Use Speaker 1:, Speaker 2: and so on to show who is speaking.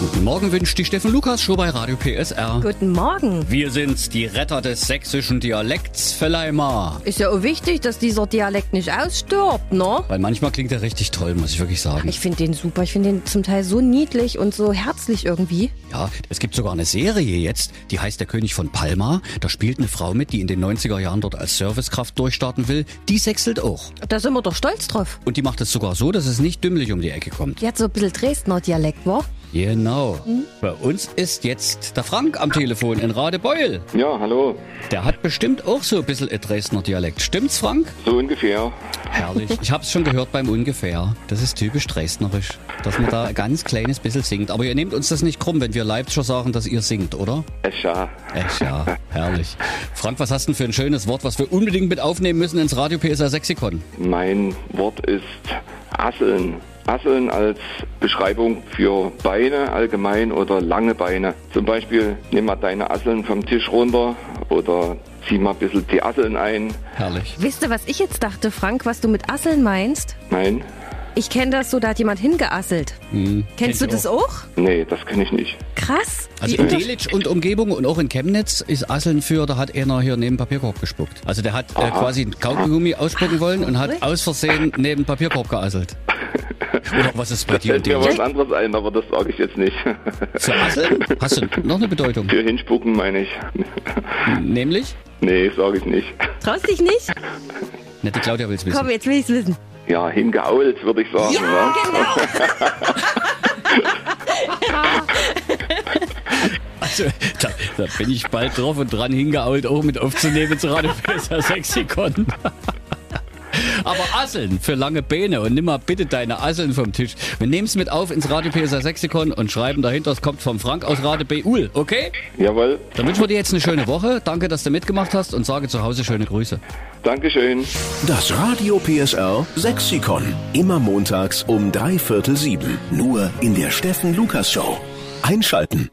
Speaker 1: Guten Morgen wünscht die Steffen Lukas Show bei Radio PSR.
Speaker 2: Guten Morgen.
Speaker 1: Wir sind die Retter des sächsischen Dialekts, Verleimer.
Speaker 2: Ist ja auch wichtig, dass dieser Dialekt nicht ausstirbt, ne?
Speaker 1: Weil manchmal klingt er richtig toll, muss ich wirklich sagen.
Speaker 2: Ich finde den super. Ich finde den zum Teil so niedlich und so herzlich irgendwie.
Speaker 1: Ja, es gibt sogar eine Serie jetzt, die heißt Der König von Palma. Da spielt eine Frau mit, die in den 90er Jahren dort als Servicekraft durchstarten will. Die sechselt auch.
Speaker 2: Da sind wir doch stolz drauf.
Speaker 1: Und die macht es sogar so, dass es nicht dümmlich um die Ecke kommt.
Speaker 2: Die hat so ein bisschen Dresdner Dialekt, wa?
Speaker 1: Genau. Bei uns ist jetzt der Frank am Telefon in Radebeul.
Speaker 3: Ja, hallo.
Speaker 1: Der hat bestimmt auch so ein bisschen ein Dresdner Dialekt. Stimmt's, Frank?
Speaker 3: So ungefähr.
Speaker 1: Herrlich. Ich habe es schon gehört beim Ungefähr. Das ist typisch dresdnerisch, dass man da ein ganz kleines bisschen singt. Aber ihr nehmt uns das nicht krumm, wenn wir Leipziger sagen, dass ihr singt, oder?
Speaker 3: Es ja.
Speaker 1: Echt ja, herrlich. Frank, was hast du denn für ein schönes Wort, was wir unbedingt mit aufnehmen müssen ins Radio PSR Sexikon?
Speaker 3: Mein Wort ist Asseln. Asseln als Beschreibung für Beine allgemein oder lange Beine. Zum Beispiel nimm mal deine Asseln vom Tisch runter oder zieh mal ein bisschen die Asseln ein.
Speaker 1: Herrlich.
Speaker 2: Wisst ihr, was ich jetzt dachte, Frank, was du mit Asseln meinst?
Speaker 3: Nein,
Speaker 2: Ich kenne das so, da hat jemand hingeasselt.
Speaker 1: Mhm. kenn ich
Speaker 2: Kennst du das auch?
Speaker 3: nee, das kenne ich nicht.
Speaker 2: Krass.
Speaker 1: Also
Speaker 2: Wie
Speaker 1: in
Speaker 2: unter-
Speaker 1: Delitzsch und Umgebung und auch in Chemnitz ist Asseln für, da hat einer hier neben Papierkorb gespuckt. Also der hat äh, quasi einen Kaugummi ausspucken wollen und hat aus Versehen neben Papierkorb geasselt. Oder was ist bei dir und
Speaker 3: Fällt mir
Speaker 1: dem?
Speaker 3: was anderes ein, aber das sage ich jetzt nicht.
Speaker 1: Für Asseln? Hast du noch eine Bedeutung?
Speaker 3: für hinspucken meine ich.
Speaker 1: Nämlich?
Speaker 3: nee, sage ich nicht.
Speaker 2: traust dich nicht?
Speaker 1: Na, die Claudia will's wissen.
Speaker 2: Komm, jetzt will ich's wissen.
Speaker 3: Ja, hingeault würde ich sagen. ne?
Speaker 2: genau.
Speaker 1: Also, da, da bin ich bald drauf und dran hingeault, auch mit aufzunehmen zu Radio Besser Sexikon. Aber Asseln für lange Beine und nimm mal bitte deine Asseln vom Tisch. Wir nehmen es mit auf ins Radio PSA Sexikon und schreiben dahinter, es kommt vom Frank aus Rade Beul, okay?
Speaker 3: Jawohl.
Speaker 1: Dann wünschen wir dir jetzt eine schöne Woche. Danke, dass du mitgemacht hast und sage zu Hause schöne Grüße.
Speaker 3: Dankeschön.
Speaker 4: Das Radio PSR Sexikon. Immer montags um drei Viertel sieben. Nur in der Steffen Lukas Show. Einschalten.